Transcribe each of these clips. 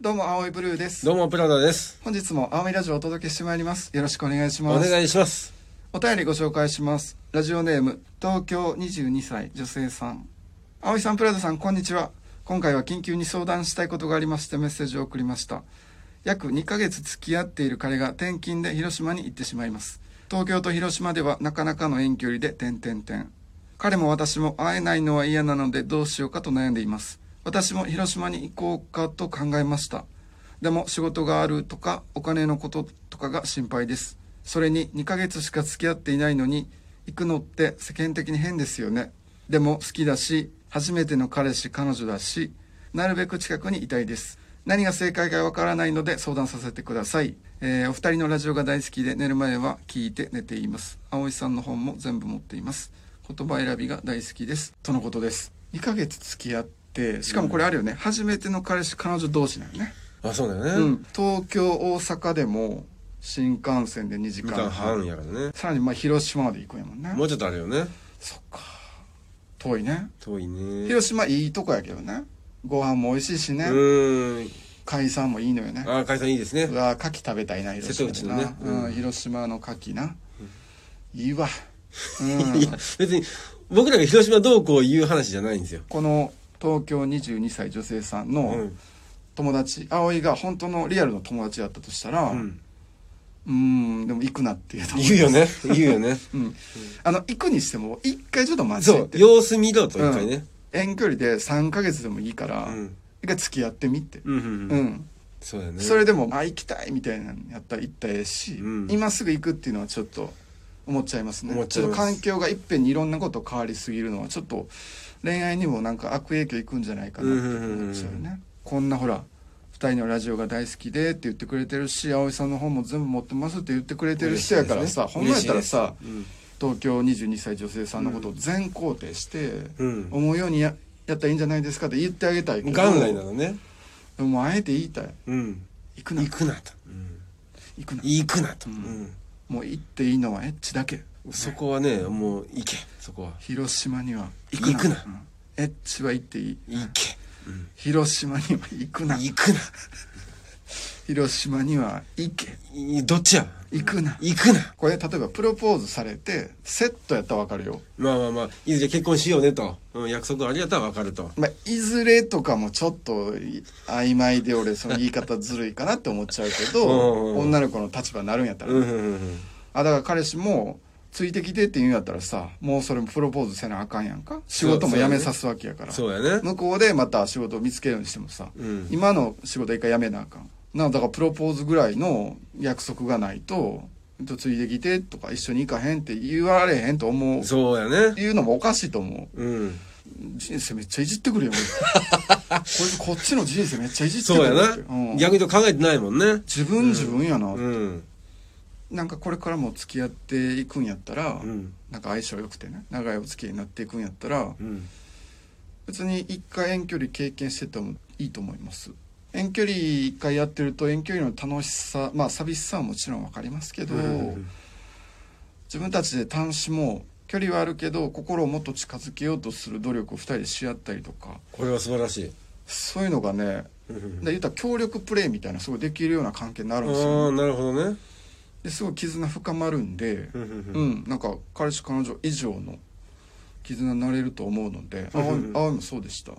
どうも青いブルーですどうもプラダです。本日も青いラジオをお届けしてまいりますよろしくお願いしおます願いします。お便りご紹介しますラジオネーム東京22歳女性さん葵さんプラザさんこんにちは今回は緊急に相談したいことがありましてメッセージを送りました約2ヶ月付き合っている彼が転勤で広島に行ってしまいます東京と広島ではなかなかの遠距離で点々点彼も私も会えないのは嫌なのでどうしようかと悩んでいます私も広島に行こうかと考えましたでも仕事があるとかお金のこととかが心配ですそれに2ヶ月しか付き合っていないのに行くのって世間的に変ですよねでも好きだし初めての彼氏彼女だしなるべく近くにいたいです何が正解かわからないので相談させてください、えーお二人のラジオが大好きで寝る前は聞いて寝ています葵さんの本も全部持っています言葉選びが大好きですとのことです2ヶ月付き合ってしかもこれあるよね、初めての彼氏彼女同士なのねあ、そうだよね。うん、東京大阪でも新幹線で2時時間間半半やからね。さらにまあ広島まで行くんやもんねもうちょっとあるよね。そっか遠いね遠いね。広島いいとこやけどねご飯も美味しいしね、うーん。海産もいいのよねあ、海さんいいですねう。わー牡蠣食べたいな広島でな、瀬戸内のねうんうん、広島の牡蠣な、いいわ、う いやん、、別に、僕らが広島どうこういう話じゃないんですよ。この東京22歳女性さんうのん。友達、葵が本当のリアルの友達だったとしたうらうんん。んでも行くなっていうと思いま言うすよね。言う よね。うん、あの行くにしても一回ちょっと待ちそっう、て様子見ろと、一回ね。遠距離で3ヶ月でもいいから、うん。一回付き合ってみて、うん。ううんん。そうだよね。それでも、あ、行きたいみたいなのやったら行ったらええし、うん今すぐ行くっていうのはちょっと思っちゃいますね思っちゃいょっまとす環境がいっぺんにいろんなこと変わりすぎるのはちょっと恋愛にもなんか悪影響いくんじゃないかなって思っちゃうね、うんうんこんなほら2人のラジオが大好きでって言ってくれてるし葵さんの本も全部持ってますって言ってくれてる人やからさ、ほ嬉しいですねんまやったらさ、嬉しいです東京22歳女性さんのことを全肯定して、うん思うようにややったらいいんじゃないですかって言ってあげたいけど元来なのね。でもあえて言いたいうん。行くな行くなと。うん行くな行くなと。ううんん。もう行っていいのはエッチだけそこはね、もう行け。そこは。広島には行くなうんエッチは行っていい行け。うん。広島には行くな行くな。広島には行けいどっちや行くな行くなこれ例えばプロポーズされてセットやったら分かるよ、まあまあまあいずれ結婚しようねと、うん、約束ありがとう分かるとまあ、いずれとかもちょっとい曖昧で俺その言い方ずるいかなって思っちゃうけうんうんどうん女の子の立場になるんやったらうね、んうんうんあだから彼氏もついてきてって言うんやったらさもうそれもプロポーズせなあかんやんか仕事も辞めさすわけやからそうやね向こうでまた仕事を見つけるにしてもさ、うん今の仕事一回辞めなあかんなだからプロポーズぐらいの約束がないとえっとついてきてとか一緒に行かへんって言われへんと思うそうやね言うのもおかしいと思ううん人生めっちゃいじってくるよこ いつこっちの人生めっちゃいじってくそうるやよな、うん逆に言うと考えてないもんね自分自分やな、うんなんかこれからも付き合っていくんやったら、うんなんか相性良くてね長いお付き合いになっていくんやったらうん別に一回遠距離経験しててもいいと思います遠距離一回やってると遠距離の楽しさまあ寂しさはもちろん分かりますけど、うん自分たちで単子も距離はあるけど心をもっと近づけようとする努力を2人でし合ったりとかこれは素晴らしいそういうのがねうんで言ったら協力プレイみたいなすごいできるような関係になあるんですよ、あなるほどねですごい絆深まるんで、うんうんううんん、なんか彼氏彼女以上の絆になれると思うのでうんうん葵葵もそうでした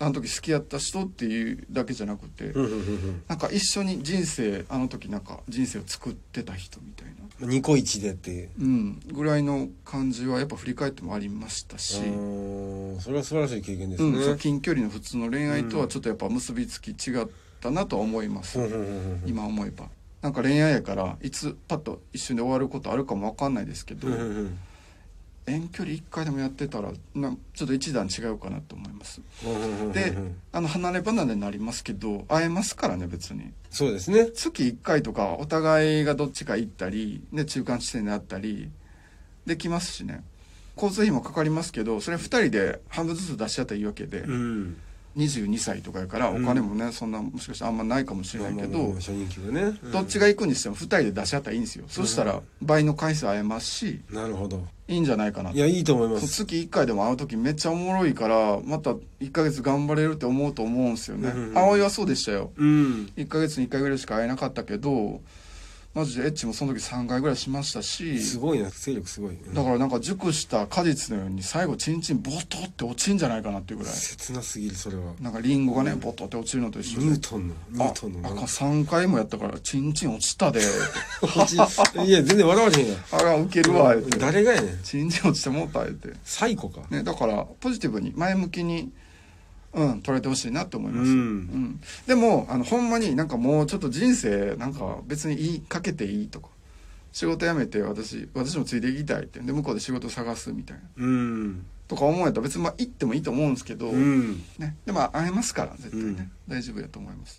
あの時好きやった人っていうだけじゃなくてうんうんうんなんか一緒に人生あの時なんか人生を作ってた人みたいな、うんニコイチでってうん、ぐらいの感じはやっぱ振り返ってもありましたあし、ーそれは素晴らしい経験ですうね、ん、その近距離の普通の恋愛とはちょっとやっぱ結びつき違ったなとは思います、うんうんうんうん今思えばなんか恋愛やからいつパッと一瞬で終わることあるかも分かんないですけど、うんうんうん遠距離1回でもやってたらなちょっと一段違うかなと思いますうんうんうんうんであの離れ離れになりますけど会えますからね別にそうですね月1回とかお互いがどっちか行ったりで中間地点であったりできますしね交通費もかかりますけどそれ2人で半分ずつ出し合ったらいいわけで、うん22歳とかやからおうん金もね、そんなもしかしたらあんまないかもしれないけど、まあまあまあ初任給がね、うんどっちが行くにしても2人で出し合ったらいいんですよ、そしたら倍の回数会えますしなるほどいいんじゃないかなといやいいと思いまそうす月1回でも会う時めっちゃおもろいからまた1ヶ月頑張れるって思うと思うんですよね、うんうんうん葵はそうでしたようん1ヶ月に1回ぐらいしか会えなかったけどマジでエッチもその時3回ぐらいしましたしすごいな精力すごいうんだからなんか熟した果実のように最後チンチンボトって落ちんじゃないかなっていうぐらい切なすぎるそれはなんかリンゴがねボトって落ちるのと一緒でニュートンのニュあートンのあなかん3回もやったからチンチン落ちたで落ちいや全然笑われへんやんあらウケるわ言 って誰がやねんチンチン落ちてもうた言ってサイコかね、だからポジティブに前向きに、うん、捉えてほしいなと思います、うんでもあのほんまになんかもうちょっと人生なんか別に言いかけていいとか仕事辞めて私私もついていきたいってで向こうで仕事探すみたいなうんとか思えたら別にまあ行ってもいいと思うんですけど、うんね、でも会えますから絶対ね、うん大丈夫やと思います